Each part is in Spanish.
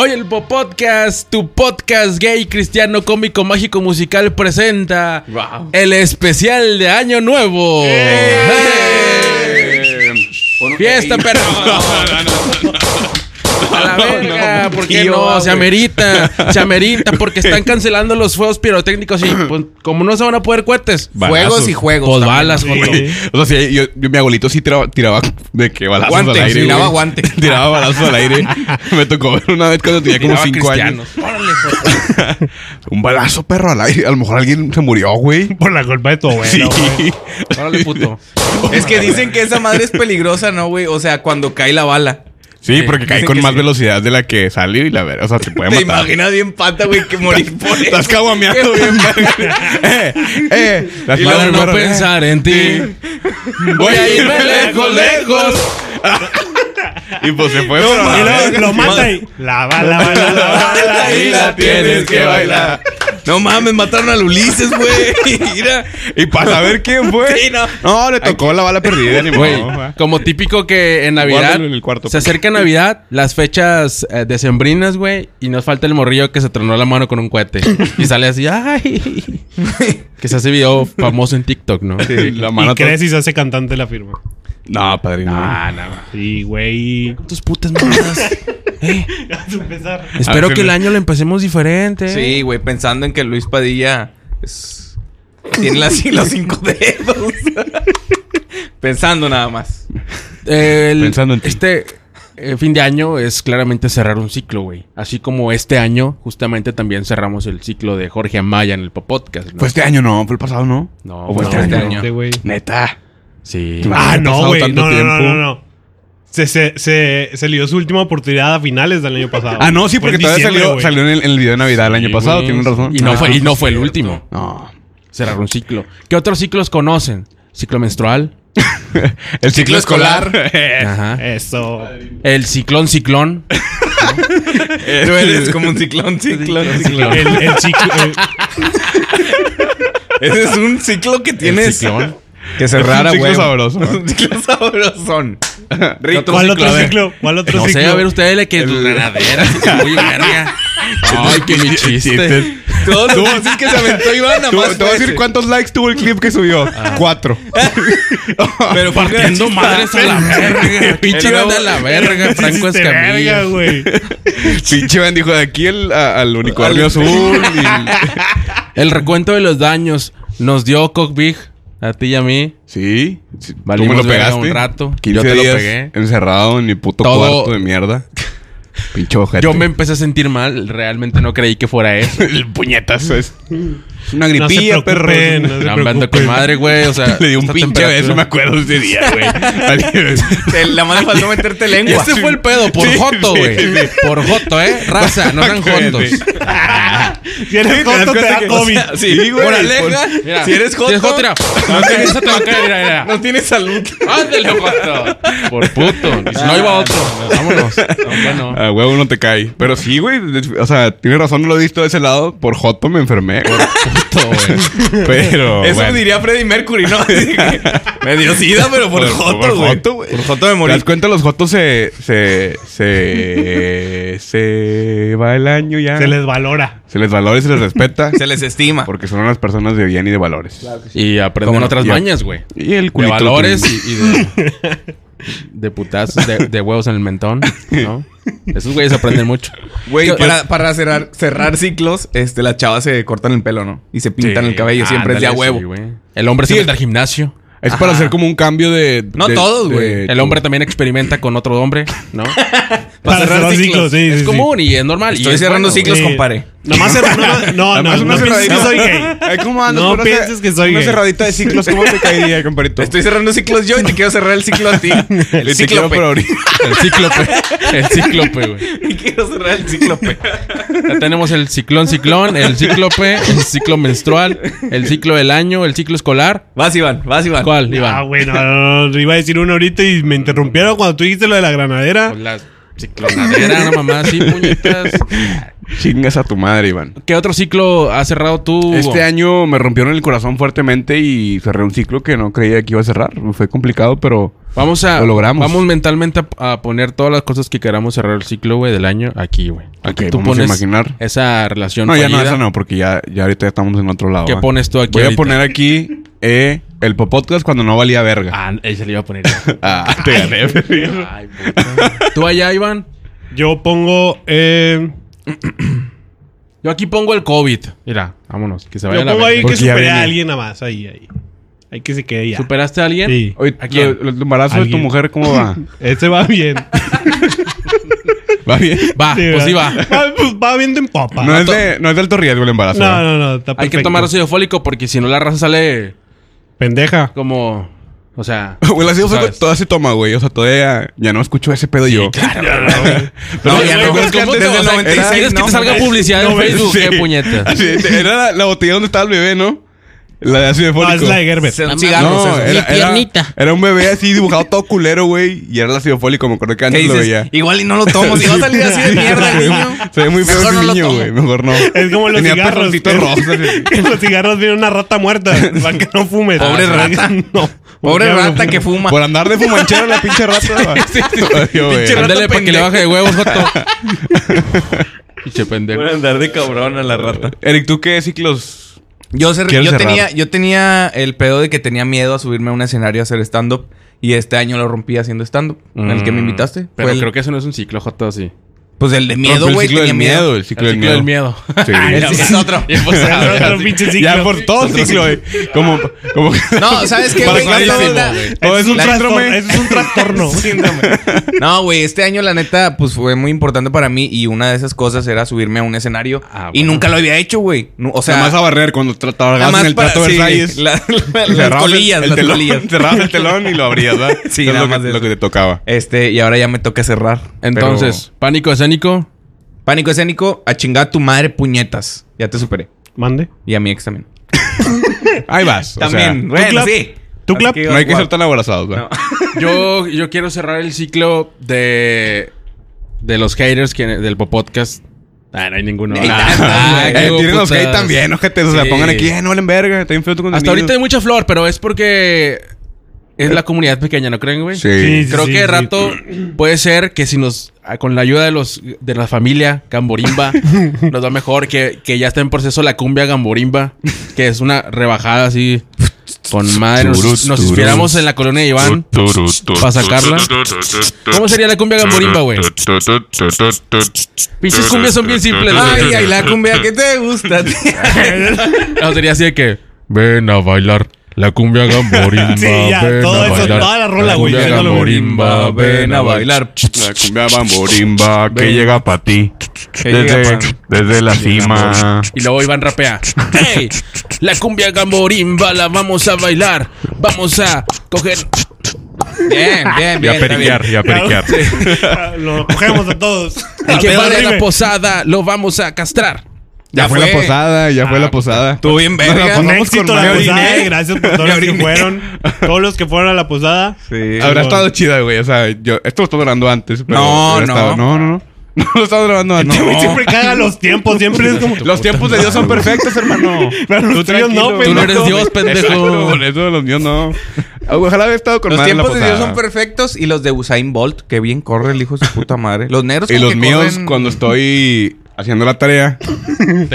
Hoy el Popodcast, tu podcast gay, cristiano, cómico, mágico, musical presenta Wow. el especial de Año Nuevo. ¡Eh! ¡Hey! Fiesta, perro. A la verga, ¿por qué tío, no? Se güey. amerita, se amerita, porque están cancelando los fuegos pirotécnicos y pues, como no se van a poder cohetes, Balazos. Juegos y juegos. pues también. balas, joto. O sea, sí, yo, yo- mi abuelito sí tiraba, tiraba de que balazos Guantes, al aire. tiraba güey. guantes. Tiraba balazos al aire. Me tocó ver una vez cuando tenía como Tiraba cinco cristianos. años. pues. Un balazo, perro, al aire. A lo mejor alguien se murió, güey. Por la culpa de tu abuelo. Sí. güey. Órale, puto. Es que dicen que esa madre es peligrosa, ¿no, güey? O sea, cuando cae la bala. Sí, porque caí Dicen con que más sí. velocidad de la que salió y la verdad, o sea, te puede Te matar. imaginas bien pata, güey, que morir por eso. Estás caguameando bien, verga. Eh, eh. Estás Y luego caguameando, no perro. pensar en ti. Voy a irme lejos, lejos. Y pues se fue. pero Y la verga. luego lo mata y. La bala, bala, la bala. Ahí la tienes que bailar. No mames, mataron al Ulises, güey. Mira. Y para saber quién fue. Sí, no. le tocó la bala perdida, ni modo. Güey, como típico que en Navidad Guárdalo en el cuarto. se acerca Navidad, las fechas eh, decembrinas, güey, y nos falta el morrillo que se tronó la mano con un cohete y sale así, ay, que se hace video famoso en TikTok, ¿no? Sí, la Y mano crees y se hace cantante la firma. to- No, padrino. Ah, no. Sí, güey. Tus putas mamadas. Eh, empezar. espero Al que el final. año lo empecemos diferente. Sí, güey, pensando en que Luis Padilla es... tiene las, los cinco dedos. pensando nada más. El- Pensando en ti. Este eh, fin de año es claramente cerrar un ciclo, güey. Así como este año, justamente también cerramos el ciclo de Jorge Amaya en el podcast. ¿no? Fue este año, no. Fue el pasado, no. No, O fue no, este este año. año. güey. Neta. Sí. Ah, Ha no, pasado güey. tanto No, no, no, tiempo. no, no. Se, se, se, se le dio su última oportunidad a finales del año pasado. Ah, no, sí, Fue porque en todavía diciembre, salió, güey. salió en, el, en el video de Navidad el año Sí, pasado. güey. Tienen razón. Y no, Ah, fue, y no fue el último. No. Cerrar un ciclo. ¿Qué otros ciclos conocen? Ciclo menstrual. El ciclo escolar. eh. Ajá. Eso. El ciclón ciclón. Tú eres como un ciclón, ciclón, ciclón. El, el ciclo- el- Ese es un ciclo que El tienes. ciclón. Que cerrar a huevo. Un ciclo sabrosón. Rico. ¿Cuál otro ciclo? ciclo? ¿Cuál otro No ciclo? sé, a ver ustedes le que... Muy verga. Ay, qué mi chiste. Todos los chistes que se aventó Iván nada Tú- más Te voy a fue decir ese. cuántos likes tuvo el clip que subió. Cuatro. Pero fue Partiendo una madres a la verga. Pinche luego- banda a la verga. Franco Hiciste verga, Escamilla. güey. Pinche Ben dijo de aquí el- a- al unicornio azul. y- El recuento de los daños nos dio Cock Big. A ti y a mí. Sí. sí, Valimos tú me lo verga pegaste. un rato. 15 Yo te lo días pegué. encerrado en mi puto Todo- cuarto de mierda. Pinche ojete. Yo me empecé a sentir mal. Realmente no creí que fuera eso. El puñetazo es. Es una No se gripilla, perro. preocupen. No se Hablando con preocupen. madre, güey. O sea, Le di un esta pinche temperatura. beso, me acuerdo ese día, güey. Te- La mano faltó meterte Y lengua. ese fue el pedo, por Sí, joto, sí, güey. sí. Por joto, ¿eh? Raza, no sean jotos. Sí. Si eres ¿Te das tonto, te cuenta da que- o COVID. sea, Sí, güey. Moraleja, Mira, Si eres Si eres joto, joto, mira. Eso te va a caer, mira, mira. no tienes salud. Ándale, joto. Por puto. Y si no iba otro. Vámonos. Aunque no. A huevo no te cae. Pero sí, güey. O sea, tienes razón, no lo he visto de ese lado. Por Joto me enfermé. Puto, güey. Pero. Eso Oh, bueno. diría Freddie Mercury, ¿no? Así que me dio sida, pero por, Por- por joto, joto, güey. güey. Por joto me ¿Te morí. das cuenta? Los jotos se. se. se. se va el año ya. Se les valora. Se les valora y se les respeta. Se les estima. porque son unas personas de bien y de valores. Y aprenden otras mañas, güey. Y el De culito. valores y, y de. De putazos, de, de huevos en el mentón, ¿no? Esos güeyes aprenden mucho. Güey, Yo- para, para cerrar, cerrar ciclos, este, las chavas se cortan el pelo, ¿no? Y se pintan el cabello. Siempre es de a Ándale, huevo. sí, güey. el hombre se Sí, mete al gimnasio. Es para hacer como un cambio de. No de- todos, güey. de- El hombre también experimenta con otro hombre, ¿no? Para cerrar cerrar ciclos. ciclos, sí, es sí, sí. común y es normal. y Estoy es cerrando bueno, güey. ciclos, Sí. compadre. Nomás se- No, no, Además, no, una no pienses que cerradita. soy gay. Ay, ¿cómo andas No con una cer- pienses que soy Una gay. cerradita de ciclos. ¿Cómo te caería, comparito? Estoy cerrando ciclos yo y te quiero cerrar el ciclo a ti. El ciclo El cíclope. El cíclope, güey. Quiero cerrar el cíclope. Ya tenemos el ciclón ciclón, el cíclope, el ciclo menstrual, el ciclo del año, el ciclo escolar. Vas, Iván, vas, Iván. ¿Cuál, Ah, Iván? güey, no, no, no, iba a decir uno ahorita y me interrumpieron cuando tú dijiste lo de la granadera. Pues la ciclonadera, una mamá así, puñetas. Chingas a tu madre, Iván. ¿Qué otro ciclo has cerrado tú? Hugo? Este año me rompieron el corazón fuertemente y cerré un ciclo que no creía que iba a cerrar. Fue complicado, pero Vamos a. Lo logramos. Vamos mentalmente a, a poner todas las cosas que queramos cerrar el ciclo, güey, del año aquí, güey. Aquí Ok, tú vamos a pones imaginar. esa relación. No, ya no, fallida. esa no, porque ya, ya ahorita ya estamos en otro lado. ¿Qué ¿va? pones tú aquí Voy a ahorita? poner aquí eh, el podcast cuando no valía verga. Ah, él se le iba a poner. Ah, te gané, perro. Ay, puta. Tú allá, Iván. Yo pongo. eh, Yo aquí pongo el COVID. Mira, vámonos. Que se vaya yo la pongo ahí verga. que Porque ya superé a viene. alguien nada más. Ahí, ahí. Ahí que se quede ya. ¿Superaste a alguien? Sí. Oye, ¿A quién? lo- ¿El embarazo de tu Alguien. mujer cómo va? Este va bien. ¿Va bien? Va, Sí, pues sí va. Va, pues, va viendo en popa. No No, es, de, no es de alto riesgo el embarazo. no, ¿va? no, está Hay que perfecto. tomar ácido fólico porque si no la raza sale Pendeja. como. O sea. Güey, la tú ciudad sabes. toda se toma, güey. O sea, todavía ya no escucho ese pedo yo. Pero No, güey, ya güey, no. ¿cómo ¿Cómo te- que antes o del sea, 96, ¿Quieres que no? te salga publicidad en No, Facebook? sí. Qué puñetas. Así, Era la, la botella donde estaba el bebé, ¿no? La de ácido No, fólico. es la de Gerber. Se- Mamá, cigarros, no, eh, eso. Mi piernita. Era un bebé así dibujado todo culero, güey. Y era el ácido fólico, me acuerdo que ¿Qué antes lo dices? veía. Igual y no lo tomo. Si va a salir así de mierda el niño. Se ve muy feo Mejor ese no lo niño, tomo. güey. Mejor no. Es como los Tenía cigarros. perroncitos rosas. así. los cigarros vienen una rata muerta. Para que no fumes. Pobre Para que- rata. No. Pobre Ya me rata fumo. que fuma. Por andar de fumanchero la pinche rata. Pinche Ándale para que le baje de huevos, Joto. Pinche pendejo. andar de cabrón a la rata. Eric, ¿tú qué ciclos? Yo, cer- ¿Quieres yo cerrar? tenía, yo tenía el pedo de que tenía miedo a subirme a un escenario a hacer stand-up. Y este año lo rompí haciendo stand-up. en el que me invitaste. Fue Pero el- creo que eso no es un ciclo, Joto, así. Pues el de miedo, Rompe güey. El ciclo Tenía del miedo. miedo. El ciclo El ciclo del del miedo. miedo. Sí. Ese es otro. Y pues, Otro ahora sí. pinche Ah, ciclo. Ya por todo ciclo, güey. Como, como No, ¿sabes qué, Para güey? clarísimo, La neta- güey. Eso Todo es un La- trastorno. síndrome. Eso es un trastorno. No, güey, este año la neta, pues fue muy importante para mí y una de esas cosas era subirme a un escenario Ah, y bueno. nunca lo había hecho, güey. Nu- O sea, nada más a barrer cuando tra- nada trabajabas más en el para- plato sí, Versalles. la- la- las Cerrabas el- colillas, el las telón, colillas. Cerrabas el telón y lo abrías, ¿verdad? Sí, Eso es nada lo más que, eso. lo que te tocaba. Este, y ahora ya me toca cerrar. Entonces, pánico escénico. Pero, pánico escénico, a chingar a tu madre puñetas. Ya te superé. Mande. Y a mi ex también. Ahí vas. o sea, También, ¿tú bueno, clap? sí. ¿Tú Así clap? que- no hay que ser tan aborazados, ¿verdad? Yo, yo quiero cerrar el ciclo de. De los haters que, del podcast. Ah, no hay ninguno. Ni Ah, tanto, ah, güey. Eh, digo, tienen los putas. gay también, ojete. O sea, Sí. pongan aquí, eh, no valen verga, está bien feo tu Hasta contenido. ahorita hay mucha flor, pero es porque es la comunidad pequeña, ¿no creen, güey? Sí. Sí, Creo sí, que de sí. rato puede ser que si nos ah, con la ayuda de los de la familia Gamborimba nos va mejor que, que ya está en proceso la cumbia Gamborimba, que es una rebajada así con madre. Nos, nos inspiramos en la colonia de Iván para sacarla. ¿Cómo sería la cumbia Gamborimba, güey? Pinches cumbias son bien simples, Ay, güey. ay, la cumbia que te gusta. tía. No, sería así de que ven a bailar la cumbia Gamborimba. Sí, ya, ven todo a eso, bailar toda la rola, güey, cumbia ya no lo- Gamborimba, ven a bailar. La cumbia bamborimba que llega para ti. Que llega Desde, pa' mí. desde la cima. Y luego Iván rapea. ¡Hey! La cumbia gamborimba la vamos a bailar. Vamos a coger. Bien, bien, bien. Y a está periquear, bien. y a periquear. Lo cogemos a todos. El que Al vale pedo la rime. posada lo vamos a castrar. Ya, Ya fue la fue. posada, ya fue la posada. Ah, Tú bien, la verga. Un Vamos éxito con la Mario posada. Diné. Gracias por todos los que Diné. fueron. Todos los que fueron a la posada. Sí. Habrá no. estado chida, güey. O sea, yo, esto lo estoy grabando antes. Pero No, habrá no. estado- no, no, no. No lo estaba grabando antes. Este güey siempre caga los tiempos. Siempre es como. Los tiempos de Dios son perfectos, hermano. Pero los tuyos tranquilo. no, Tú no pendejo. eres Dios, Exacto, pendejo. por eso los míos no. Ojalá hubiera estado con Los madre en la tiempos de Dios posada. son perfectos y los de Usain Bolt, que bien corre el hijo de su puta madre. Los negros Y Pues como los que míos, corren- cuando estoy haciendo la tarea, Te Bien.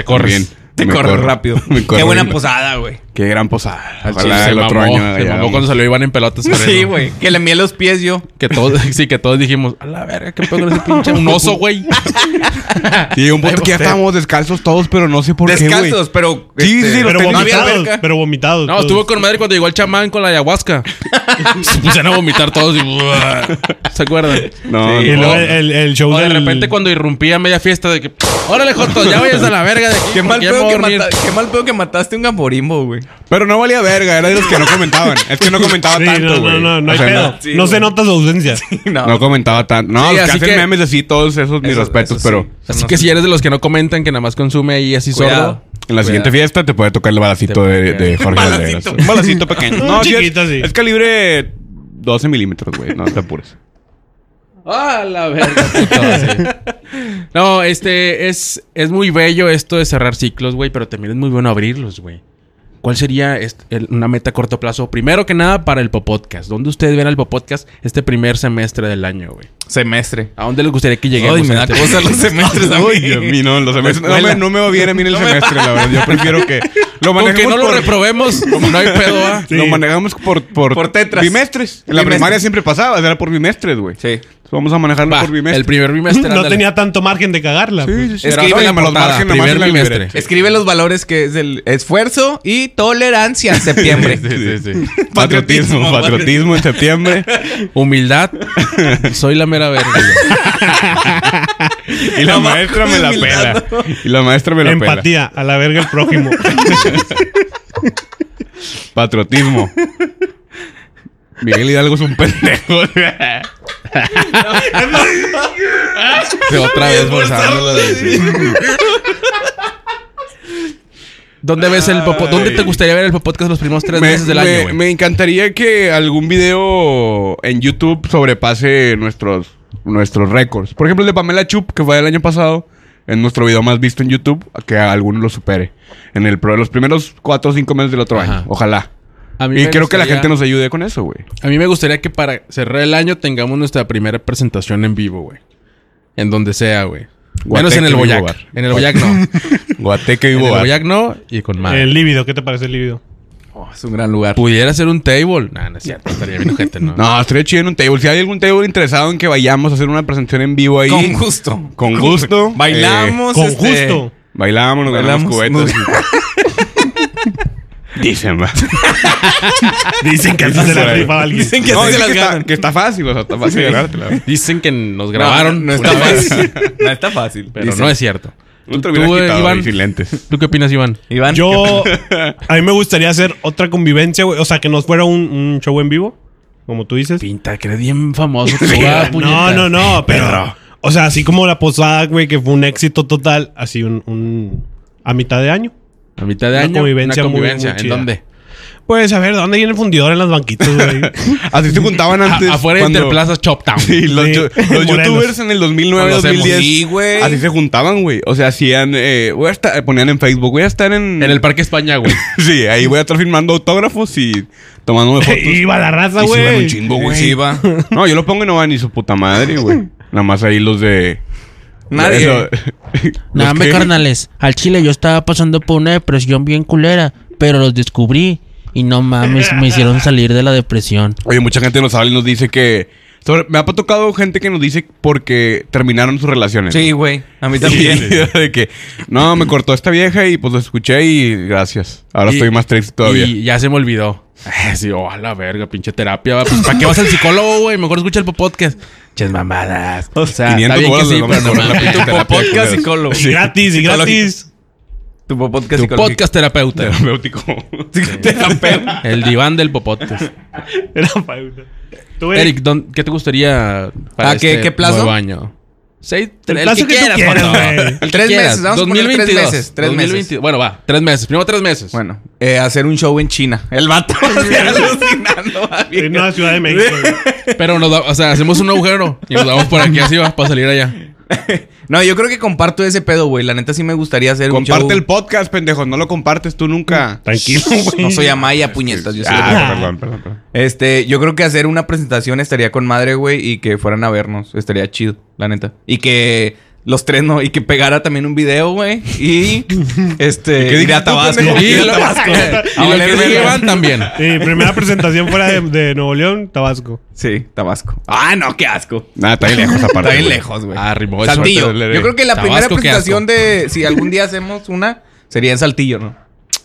te Me corren corro. rápido. Me corro Qué buena bien. posada, güey. Qué gran posada. Al chile, Ojalá se el otro mamó, año. se ya mamó vamos. cuando salió Iván en pelotas. por Sí, eso. güey. Que le mié los pies yo. Que todos, sí, que todos dijimos, a la verga, qué pedo con ese pinche un oso, güey. Sí, un punto Ay, que ya usted. estábamos descalzos todos, pero no sé por qué, güey. Descalzos, pero. Sí, sí, los Pero tenis. no había vomitados. alberca. Pero vomitados. No, todos. estuvo con madre cuando llegó el chamán con la ayahuasca. Se pusieron a vomitar todos y. ¿Se acuerdan? No, Y no. luego el, el- el show O de del- repente cuando irrumpía media fiesta de que, órale, Joto, ya vayas a la verga de aquí. Qué mal, porque ya me pedo voy que a dormir". mata- qué mal pedo que mataste un gamborimbo, güey. Pero no valía verga, era de los que no comentaban. Es que no comentaba Sí, tanto, no, güey. no, no, no O hay sea, pedo. no- Sí, no se güey. nota su ausencia. No. No comentaba tanto. No, Sí, los que así hacen que- memes así, todos esos, mis Eso- respetos, eso pero sí. Así que si eres de los que no comentan, que nada más consume ahí así Cuidado. sordo. en la siguiente fiesta te puede tocar el balacito Te- de, de Jorge Valderas. Un balacito pequeño. Un No, sí chiquito, es, sí. es calibre 12 milímetros, güey. No te apures. ¡Ah, la verga! puto, así. No, este es, es muy bello esto de cerrar ciclos, güey, pero también es muy bueno abrirlos, güey. ¿Cuál sería est- el- una meta a corto plazo? Primero que nada para el Popodcast. ¿Dónde ustedes ven al Popodcast este primer semestre del año, güey? Semestre. ¿A dónde les gustaría que lleguemos? Ay, me en da este- cosa los semestres a mí. Oye, a mí no, los semestres- no, me, no me va bien a mí en el semestre, la verdad. Yo prefiero que lo Con que manejemos no lo por- reprobemos, no hay pedo, ¿ah? Sí. Lo manejamos por, por, Por tetras. Bimestres. En la Bimestres. primaria siempre pasaba, era por bimestres, güey. Sí. Vamos a manejarlo Va, por bimestre. el primer bimestre. No ándale. tenía tanto margen de cagarla. pues. Sí, sí, sí. Escribe la Era- oye, me los portada, margen nomás primer en la bimestre. libreta. Escribe los valores que es el esfuerzo y tolerancia en septiembre. Sí, sí, sí. Patriotismo, Patriotismo, patriotismo en septiembre. Humildad. Soy la mera verga. güey. Y la maestra me la pela. Y la maestra me la pela. Empatía, a la verga el prójimo. Patriotismo. Miguel Hidalgo es un pendejo. De otra vez forzándola de ¿Dónde ves el popo- ¿Dónde te gustaría ver el podcast los primeros tres meses del año, güey? me encantaría que algún video en YouTube sobrepase nuestros, nuestros récords. Por ejemplo, el de Pamela Chup, que fue el año pasado, en nuestro video más visto en YouTube, que alguno lo supere. En el pro- los primeros cuatro o cinco meses del otro Ajá. año. Ojalá. A mí Y me quiero que la gustaría- gente nos ayude con eso, güey. A mí me gustaría que para cerrar el año tengamos nuestra primera presentación en vivo, güey. En donde sea, güey. Menos Guateque en el vivo Boyac. bar. En el Boyac no. Guateque y en el Bobar. Boyac no y con madre. el líbido, ¿qué te parece el líbido? Oh, es un gran lugar. Pudiera ser un table. No, no es cierto. Estaría bien gente, ¿no? No, estaría chido en un table. Si hay algún table interesado en que vayamos a hacer una presentación en vivo ahí. Con gusto. Con gusto. Eh, Bailamos. Con este, justo. bailamos, nos ganamos Bailamos. cubetas. Dicen, va. Dicen que antes se la Dicen- rifa alguien. Dicen que No, así se dicen las que, está, ganan. que está fácil, o sea, está fácil ganártela. güey. Dicen que nos No, grabaron. una No, está vez, fácil. No está fácil. Pero Dicen. no es cierto. No ¿Tú, te hubieras eh, quitado Iván? güey, sin lentes. ¿Tú qué opinas, Iván? Iván. Yo, a mí me gustaría hacer otra convivencia, güey. O sea, que nos fuera un, un show en vivo, como tú dices. Pinta, que eres bien famoso. tú, ah, No, puñetas. no, no, pero. Perro. O sea, así como la posada, güey, que fue un éxito total, así un. un- a mitad de año. A mitad de Una año. una convivencia muy, muy convivencia. ¿En chida. dónde? Pues a ver, ¿dónde viene el fundidor en las banquitas, güey? Así Ah, se juntaban A- antes. Ah, afuera de cuando- Interplaza Choptown. Sí, los, Sí, yo- los Morelos. youtubers en el 2009, Cuando hacemos- 2010. Sí, güey. Así se juntaban, güey. O sea, hacían. Eh, voy a estar, ponían en Facebook, voy a estar en. En el Parque España, güey. Sí, ahí voy a estar firmando autógrafos y tomándome fotos. Iba la raza, Y sí van un güey. chingo, güey. Sí, va. No, yo lo pongo y no va ni su puta madre, güey. Nada más ahí los de. Nadie. Lo- Nada, los me que- carnales. Al chile yo estaba pasando por una depresión bien culera, pero los descubrí. Y no mames, me hicieron salir de la depresión. Oye, mucha gente nos habla y nos dice que. sobre- me ha tocado gente que nos dice porque terminaron sus relaciones. Sí, güey. A mí También. también. de que, no, me cortó esta vieja y pues lo escuché y gracias. Ahora Y- estoy más triste todavía. Y ya se me olvidó. Eh, sí, oh, a la verga, pinche terapia. va. Pues, ¿Para qué vas al psicólogo, güey? Mejor escucha el podcast. Ches mamadas. O sea, está 500 bien que bolas sí, les vamos pero a no cobrar la mames. pinche Tu terapia, Podcast culeros. psicólogo. Y gratis, y gratis. Tu podcast Tu psicológico. podcast terapeuta. Terapéutico. Terapeuta. El diván del popodcast. Era pa' una. Tú, güey, Eric, ¿dón- ¿qué te gustaría para ¿Ah, qué- este qué plazo? nuevo año? Seis, tres, plazo que que tú quieras, quieras, por favor. güey. El Tres que quieras. meses, vamos a poner tres meses, tres meses. Bueno, va, tres meses. Primero tres meses. Bueno, eh, hacer un show en China. El vato alucinando. va bien. En una ciudad de México, güey. Pero nos da- o sea, hacemos un agujero y nos damos por aquí así va, para salir allá. No, yo creo que comparto ese pedo, güey. La neta sí me gustaría hacer un Mm, show. Comparte el podcast, pendejo. No lo compartes tú nunca. Tranquilo, güey. No soy Amaya, puñetas. Yo soy Ah, perdón, perdón, perdón. Este, yo creo que hacer una presentación estaría con madre, güey, y que fueran a vernos. Estaría chido, la neta. Y que los tres no, y que pegara también un video, güey. Y este, qué ir dijiste a tú, Tabasco. pendejo? ir Y a lo, Tabasco. y A lo oler que verga. sigue van también. Sí, primera presentación fuera de, de Nuevo León, Tabasco. Sí, Tabasco. Ah, no, qué asco. Nada, está bien lejos aparte. Está bien güey. lejos, güey. Ah, Ribó, es Saltillo. suerte de leer. Yo creo que la primera Tabasco, qué presentación de si algún día hacemos una sería en Saltillo, ¿no?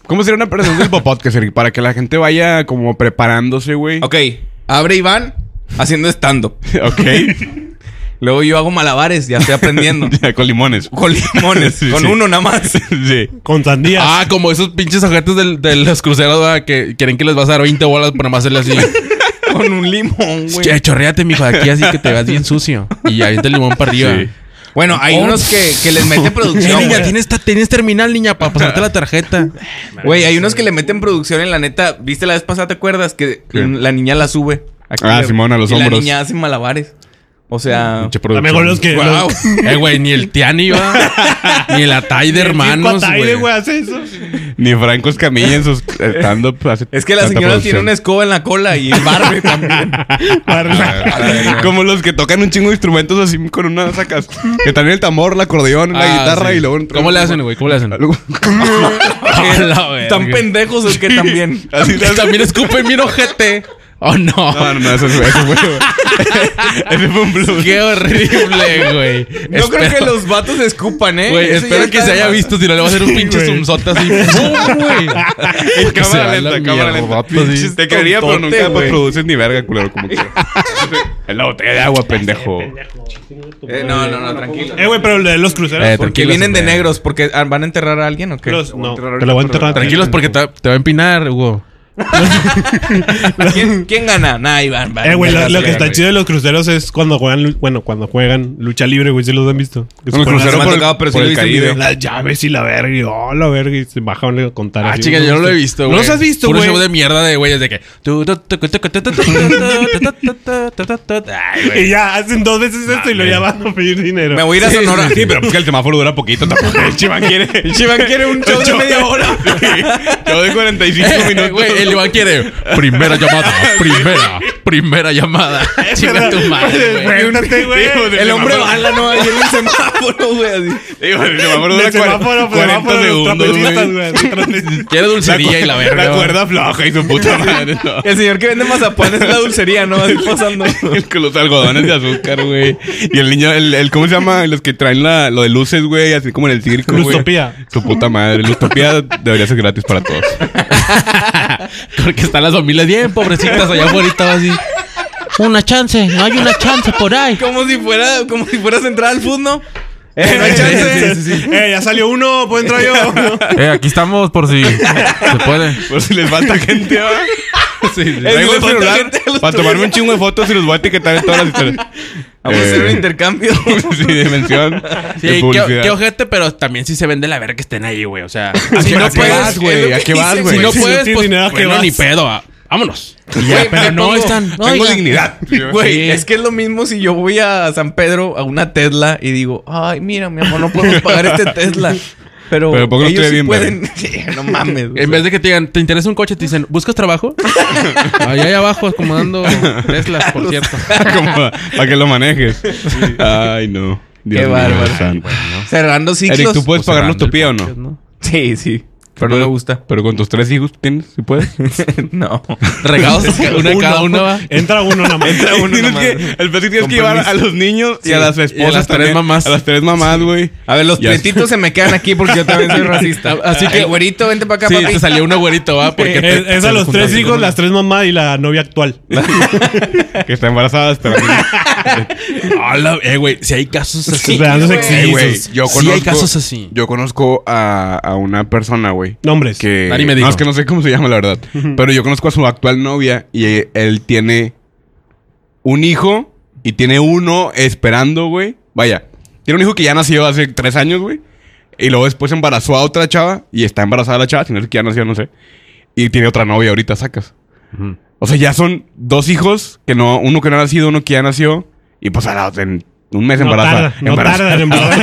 ¿Cómo sería una presentación del podcast, Eric? Para que la gente vaya como preparándose, güey. Ok, abre Iván haciendo stand-up. Ok. Luego yo hago malabares, ya estoy aprendiendo. Ya, Con limones. con limones, Sí, con sí. uno nada más. Sí. Con sandías. Ah, como esos pinches ojetes del- de los cruceros ¿verdad? que quieren que les vas a dar 20 bolas por nomás hacerle así. con un limón, güey. Che, chorreate, mijo, de aquí así que te veas bien sucio. Y avienta el limón para arriba. Sí. Bueno, hay Oh. unos que, que les meten Eh, producción. niña, güey. tienes, ta- tienes terminal, niña, para pasarte la tarjeta. Güey, hay unos que le meten producción en la neta. ¿Viste la vez pasada, te acuerdas? Que Sí. la niña la sube. Ah, le- Simón, a los y hombros. Mm, La niña hace malabares. O sea, Pinche A lo producción. mejor los que. Wow. los- Eh, güey, ni el Tiani va. ni el Atay de hermanos, Cinco Ataide, güey. hace eso. Ni Franco Escamilla en sus stand-up hace es que la tanta señora tiene producción. una escoba en la cola y el barbe también. Ah, Como los que tocan un chingo de instrumentos así con una sacas. Que traen el tambor, el acordeón, la Ah, guitarra sí. y luego. ¿Cómo le hacen, güey? ¿Cómo le hacen? A la verga. Tan pendejos es que también. Así Que También escupen bien ojete. Oh, no. No, no, no, eso fue. Eso fue, Ese fue un blues. Qué horrible, güey. No creo que los vatos escupan, ¿eh? Güey, Eso ya espero que está se de haya más. visto. Si no, le va a hacer un pinche güey. zoomzota así. ¡Pum, güey! En Que se va cámara la lenta, mierda, cámara lenta. vato, sí. Pinches Te quería, pero tontote, nunca güey. pues, produces ni verga, culero, como quieras. Es la botella de agua, pendejo. Eh, no, no, no, tranquilo. Eh, güey, pero lo de los cruceros. Eh, Porque tranquilos, vienen de hombre. negros, porque ah, van a enterrar a alguien o qué? los- no, te lo voy a enterrar. Tranquilos porque te, te va a empinar, Hugo. ¿Quién, quién gana? Nah, Iván. va, Eh, güey, lo, verga, lo que verga, está chido de los cruceros es cuando juegan, lu- bueno, cuando juegan lucha libre, güey, si los han visto. Que se Un ponen crucero me ha por tocado, el, pero sí por lo el hice en Caribe. video. las- Las llaves y la verga, y oh, la verga, y se bajaban a contar. Ah, así, chica, yo no lo he visto, ¿No güey. los has visto, Puro güey? show de mierda de güeyes de que... Ay, güey. Y ya hacen dos veces esto y lo ya van a pedir dinero. Me voy a ir a Sonora. Sí, pero pues que el semáforo dura poquito tampoco. El Chiván quiere. El Iván quiere un show de media hora. Yo de 45 Eh, minutos. Güey, el Iván quiere primera llamada, primera, primera llamada. Chinga tu madre, güey. Imagínate, güey. El hombre bala, ¿no? Ahí en el semáforo, güey. así. Digo, el semáforo dura El cuar- semáforo, pues, 40 semáforo de los segundos, güey. trapecistas, güey. los trapecistas. Quiere dulcería y la verga. La güey. cuerda floja y su puta madre. no. El señor que vende mazapán es la dulcería, ¿no? Así pasando. El con los algodones de azúcar, güey. Y el niño, el, el- ¿cómo se llama? Los que traen la, lo de luces, güey, así como en el circo, güey. Lustopía. Su puta madre. Lustopía debería ser gratis para todos. Porque están las familias bien pobrecitas allá afuera y estaba así. Una chance, no hay una chance por ahí. Como si fuera, como si fueras a entrar al fútbol, ¿no? Eh, no hay Eh, chance. ya salió uno, puedo entrar yo. Eh, aquí estamos por si se puede. Por si les falta gente, ¿va? Traigo les el falta celular gente a los para tomarme un chingo de fotos y los voy a etiquetar en todas las historias. Vamos a hacer Eh, un intercambio. Sí, dimensión. de Sí, qué, publicidad. qué ojete, pero también sí se vende la verga que estén ahí, güey. O sea, Si si no no ¿A qué puedes, vas, güey? ¿A qué vas, güey? si no Si no puedes, tienes pues, dinero, ¿a qué bueno, vas? ni pedo. ah, Vámonos. Güey, pero me no pongo- están. No, Tengo oiga. dignidad. Güey, Sí. es que es lo mismo si yo voy a San Pedro a una Tesla y digo, ay, mira, mi amor, no podemos pagar este Tesla. Pero, Pero ¿por qué no ellos estoy sí bien, pueden. Sí, no mames. En vez de que te digan, ¿te interesa un coche? Te dicen, ¿buscas trabajo? Allá ahí abajo, acomodando Teslas, por cierto. Como para que lo manejes. Ay, no. Dios Qué mío, bárbaro. santo. Cerrando ciclos. Eric, ¿tú puedes O pagar cerrando el Lustopía o no? podcast, ¿no? Sí, sí. Pero no me gusta. Pero con tus tres hijos tienes, si puedes. no. Regados, una de cada uno va. Entra uno nada más. Entra uno Tienes nomás. que- el peor es que tienes Con que llevar permiso. a los niños y Sí. a las Y a esposas. las tres también. mamás. A las tres mamás, güey. A ver, los Ya. prietitos se me quedan aquí porque yo también soy racista. Así que- El güerito, vente para acá, Sí, papi. te salió uno güerito, va. Porque te- Eh, Es, es a los tres hijos, las tres mamás y la novia actual. Que está embarazada hasta la Hola, eh, güey. Si hay casos así. O sea, no sé güey. si- Eh, güey, Sí, hay casos así. Yo conozco a, a una persona, güey. Nombres. Que, Nadie me dijo. No, es que no sé cómo se llama, la verdad. Pero yo conozco a su actual novia y eh, él tiene un hijo y tiene uno esperando, güey. Vaya, tiene un hijo que ya nació hace tres años, güey. Y luego después embarazó a otra chava y está embarazada la chava, sino que ya nació, no sé. Y tiene otra novia ahorita, sacas. O sea, ya son dos hijos, que no, uno que no ha nacido, uno que ya nació. Y pues a la otra, en un mes No embaraza. tarda, no embaraza tarda en a la otra,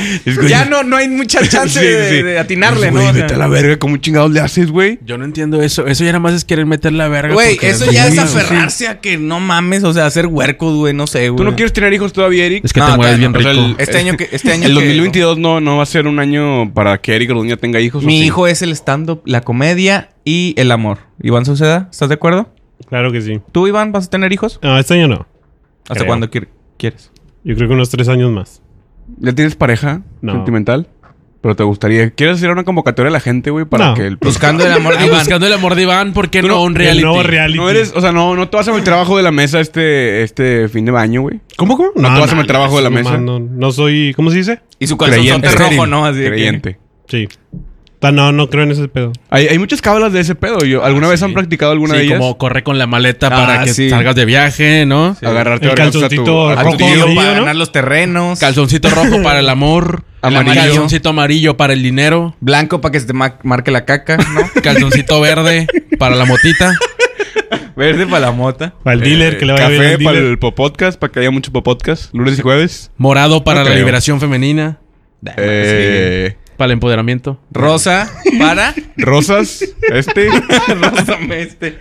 güey. Es que- Ya no, no hay mucha chance Sí, de, sí. de atinarle, Pues, ¿no? Güey, O sea, vete a la verga, ¿cómo chingados le haces, güey? Yo no entiendo eso. Eso ya nada más es querer meter la verga. Güey, porque eso eres ya es niño, aferrarse a que no mames, o sea, hacer huercos, güey, no sé, güey. ¿Tú no quieres tener hijos todavía, Eric? Es que No, te mueves todavía bien no. O rico. sea, el- Este año que. Este año El que- 2022 no, no va a ser un año para que Eric Orduña tenga hijos. ¿o Mi sí? hijo es el stand-up, la comedia y el amor. Iván Suceda, ¿estás de acuerdo? Claro que sí. ¿Tú, Iván, vas a tener hijos? No, este año no. ¿Hasta Creo. cuándo quier- quieres? Yo creo que unos tres años más. ¿Ya tienes pareja No. sentimental? Pero te gustaría. ¿Quieres hacer una convocatoria a la gente, güey? Para No. que el. Buscando el amor Ah, de Iván. buscando el amor de Iván, ¿por qué Tú no, no- un el reality? nuevo reality. No eres, o sea, no, no te vas a meter abajo de la mesa este, este fin de baño, güey. ¿Cómo, cómo? No te vas a meter abajo de la no, mesa. No, no soy. ¿Cómo se dice? Y su calzonzote Estéril. rojo, ¿no? Así de que- Creyente. Sí. O sea, no, no creo en ese pedo. Hay, hay muchas cábalas de ese pedo. Yo, ¿Alguna Ah, vez sí. han practicado alguna Sí, de ellas? como corre con la maleta Ah, para que sí. salgas de viaje, ¿no? Agarrarte El a vergazos a tu- calzoncito a tu Al rojo. tío. tío amarillo, para ¿no? ganar los terrenos. Calzoncito rojo para el amor. Amarillo. Calzoncito amarillo para el dinero. Blanco para que se te ma- marque la caca, ¿no? Calzoncito verde para la motita. Verde para la mota. Para el dealer, que le vaya bien Café al para dealer. el podcast para que haya mucho podcast Lunes y jueves. Morado para No la creo. liberación femenina. Eh, Para el empoderamiento. Rosa para. Rosas, este. Rosa este.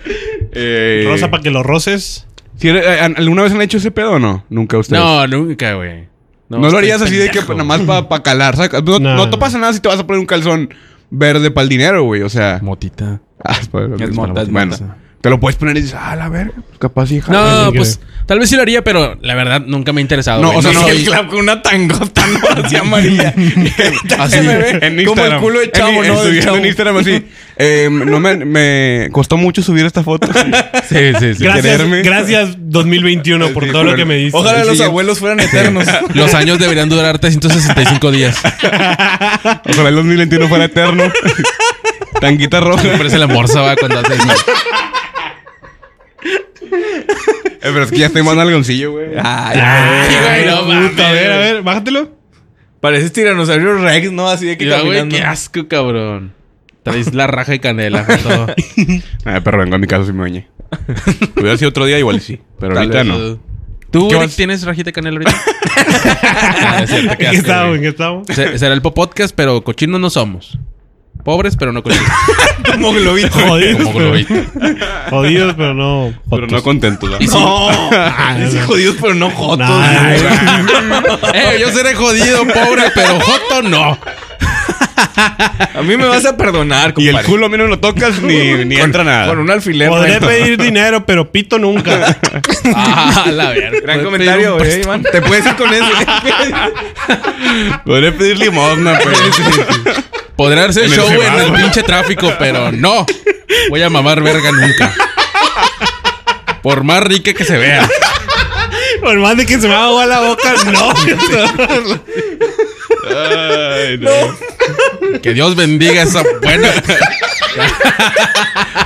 eh, Rosa para que lo roces. ¿Sí, eh, ¿Alguna vez han hecho ese pedo o no? Nunca ustedes. No, nunca, güey. No, este lo harías así de que nada más para calar. saca. No, No, no no. te pasa nada si te vas a poner un calzón verde para el dinero, güey. O sea. Motita. Ah, es para- Es mota, es bueno, mota. te lo puedes poner y dices, ah, la verga. pues capaz, hija. No, sí pues tal vez sí lo haría, pero la verdad nunca me ha interesado. No, güey. o sea, Ni no. soy- el clap con una tangota no así amarilla. Así, Se me ve en Instagram. como el culo de chavo, ¿no? En- en- Del subiendo chavo. en Instagram así. eh, no me, me costó mucho subir esta foto. Sí, sí, sí. Gracias, quererme. gracias 2021 por Sí, todo lo bueno. que me dices. Ojalá El los siguiente. abuelos fueran eternos. Los años deberían durar 365 días. Ojalá el 2021 fuera eterno. Tanguita roja. Me Eh, parece la morsa, va, cuando hace eso. Eh, pero es que ya estoy más nalgoncillo, güey. Ah. Ay, Sí, güey, no mames. Puta, a ver, a ver, bájatelo. Pareces tiranosaurio Rex, ¿no? Así de que Ya, güey, caminando. qué asco, cabrón. Traes la raja de canela. todo. Ah, pero vengo a mi casa si me bañé. Hubiera sido otro día igual y sí. Pero ahorita no. ¿Tú ¿Qué Eric, más? tienes rajita de canela ahorita? Ah, es cierto, qué ¿En qué asco, estamos? güey. ¿En qué estamos? Se- Será el podcast, pero cochinos no somos. Pobres, pero no cochinos. Como globito. Jodidos. Como pero- globito. Jodidos, pero no. Pero jotos. no contento. ¿no? No. Sí, jodidos, pero no jotos. Nah, güey. güey. Eh, yo seré jodido, pobre, pero joto no. A mí me vas a perdonar, Y compadre. el culo a mí no lo tocas ni, ni entra nada. Con un alfiler. Podré güey. pedir dinero, pero pito nunca. Ah, la verga. Gran Puedes comentario, pedir eh, Iván. Te puedes ir con eso. eh. Podría pedir limosna, pues. un- Podrá darse En el show en semáforo. el pinche tráfico, pero no. Voy a mamar verga nunca. Por más rica que se vea. Por más de que se me haga agua la boca, no. Ay, no. Que Dios bendiga esa buena.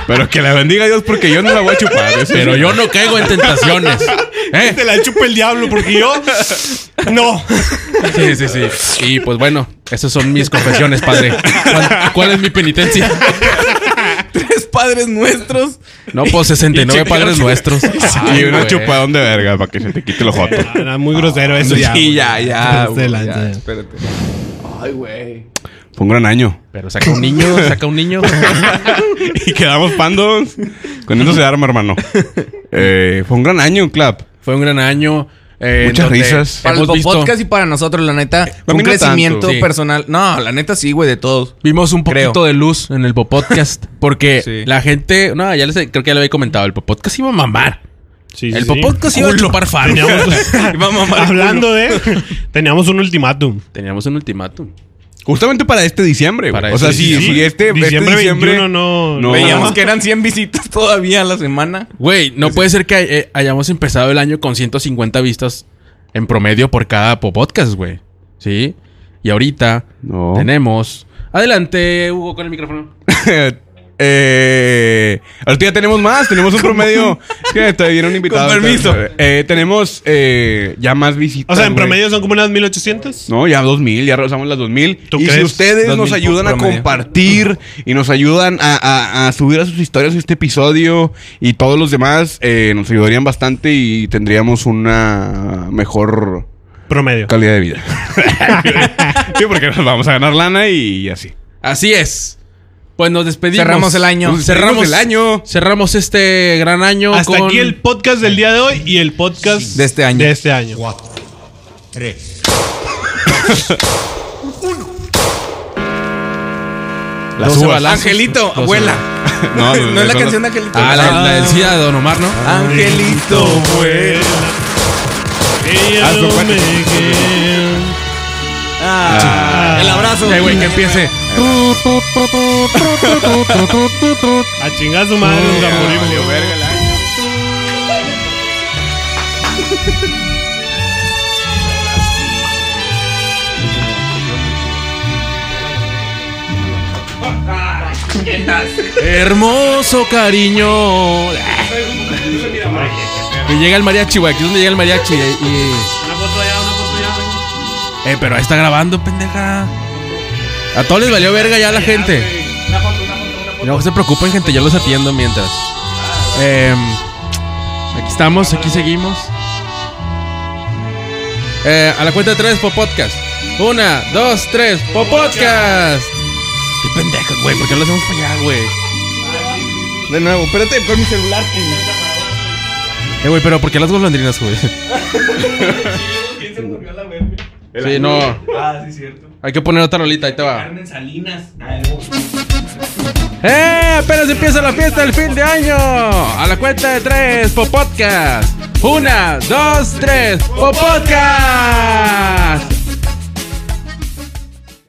Pero que la bendiga Dios porque yo no la voy a chupar. eso Pero sí. yo no caigo en tentaciones. ¿Eh? Te la chupa el diablo, porque yo. No. Sí, sí, sí. Y pues bueno, esas son mis confesiones, padre. ¿Cuál, cuál es mi penitencia? Tres padres nuestros. No, pues 69 padres nuestros. Y Ay, una güey. chupadón de verga para que se te quite los jotos. Era muy grosero Ah, eso ya. Sí, güey. ya, ya. Te güey, lanza, ya, ya. Espérate. Ay, güey. Fue un gran año. Pero saca un niño, saca un niño. Y quedamos pandos. Con eso se arma, hermano. Eh, fue un gran año, Clap. Fue un gran año. eh, Muchas donde risas. Para el Hemos visto, podcast y para nosotros, la neta, a mí un no crecimiento tanto. Sí. personal. No, la neta sí, güey, de todos. vimos un poquito Creo. de luz en el podcast. Porque Sí. la gente, no, ya les creo que ya lo había comentado, el podcast iba a mamar. Sí, sí, El sí. podcast iba a chupar faro. Teníamos- Vamos a hablando de. Teníamos un ultimátum. Teníamos un ultimátum. Justamente para este diciembre, güey. Para O sea, este si, diciembre. si este este Diciembre diciembre, 21 no- no. Veíamos que eran 100 visitas todavía a la semana. Güey, no puede ser que hay- eh, hayamos empezado el año con 150 vistas en promedio por cada po- podcast, güey. ¿Sí? Y ahorita No. tenemos... Adelante, Hugo, con el micrófono. eh, ahorita ya tenemos más. Tenemos un promedio. Es que todavía viene un invitado. Con permiso. Eh, tenemos eh, ya más visitas. O sea, en güey. promedio son como unas 1800. No, ya 2000, ya rozamos las 2000. ¿Tú y si crees? ustedes 2000 nos ayudan a promedio. compartir y nos ayudan a, a- a subir a sus historias este episodio y todos los demás, eh, nos ayudarían bastante y tendríamos una mejor Promedio. calidad de vida. sí, porque nos vamos a ganar lana y así. Así es. Pues nos despedimos. Cerramos el año. Nos Cerramos el año. Cerramos este gran año Hasta con- aquí el podcast del día de hoy y el podcast De este año. De este año. Las Doce uvas. balazos. Angelito, Los- abuela. No, no, No es la no, canción no. de Angelito. Ah, la, la del CIA de Don Omar, ¿no? Angelito, güey. Ella Ah, no fue- me quiere. Ah, el abrazo. Eh, güey, que empiece. A chingar a su madre, nos la morimos. Hermoso cariño. Y llega el mariachi, güey. Aquí es donde llega el mariachi. eh, y- Una foto allá, una foto allá. eh, pero ahí está grabando, pendeja. A todos les valió verga ya la gente. No se preocupen, gente. Yo los atiendo mientras. Em, aquí estamos, aquí seguimos. Eh, a la cuenta de tres, Pop Podcast. Una, dos, tres, Pop Podcast. Qué pendejo, güey, ¿por qué no lo hacemos para allá, güey? De nuevo, espérate con mi celular. Eh, güey, pero ¿por qué las golondrinas, güey? Sí, no. Ah, sí, cierto. Hay que poner otra rolita, ahí te va. Carmen Salinas. Ah, ¡Eh! ¡Apenas empieza la fiesta del fin de año! A la cuenta de tres, Pop Podcast. Una, dos, tres, Pop Podcast.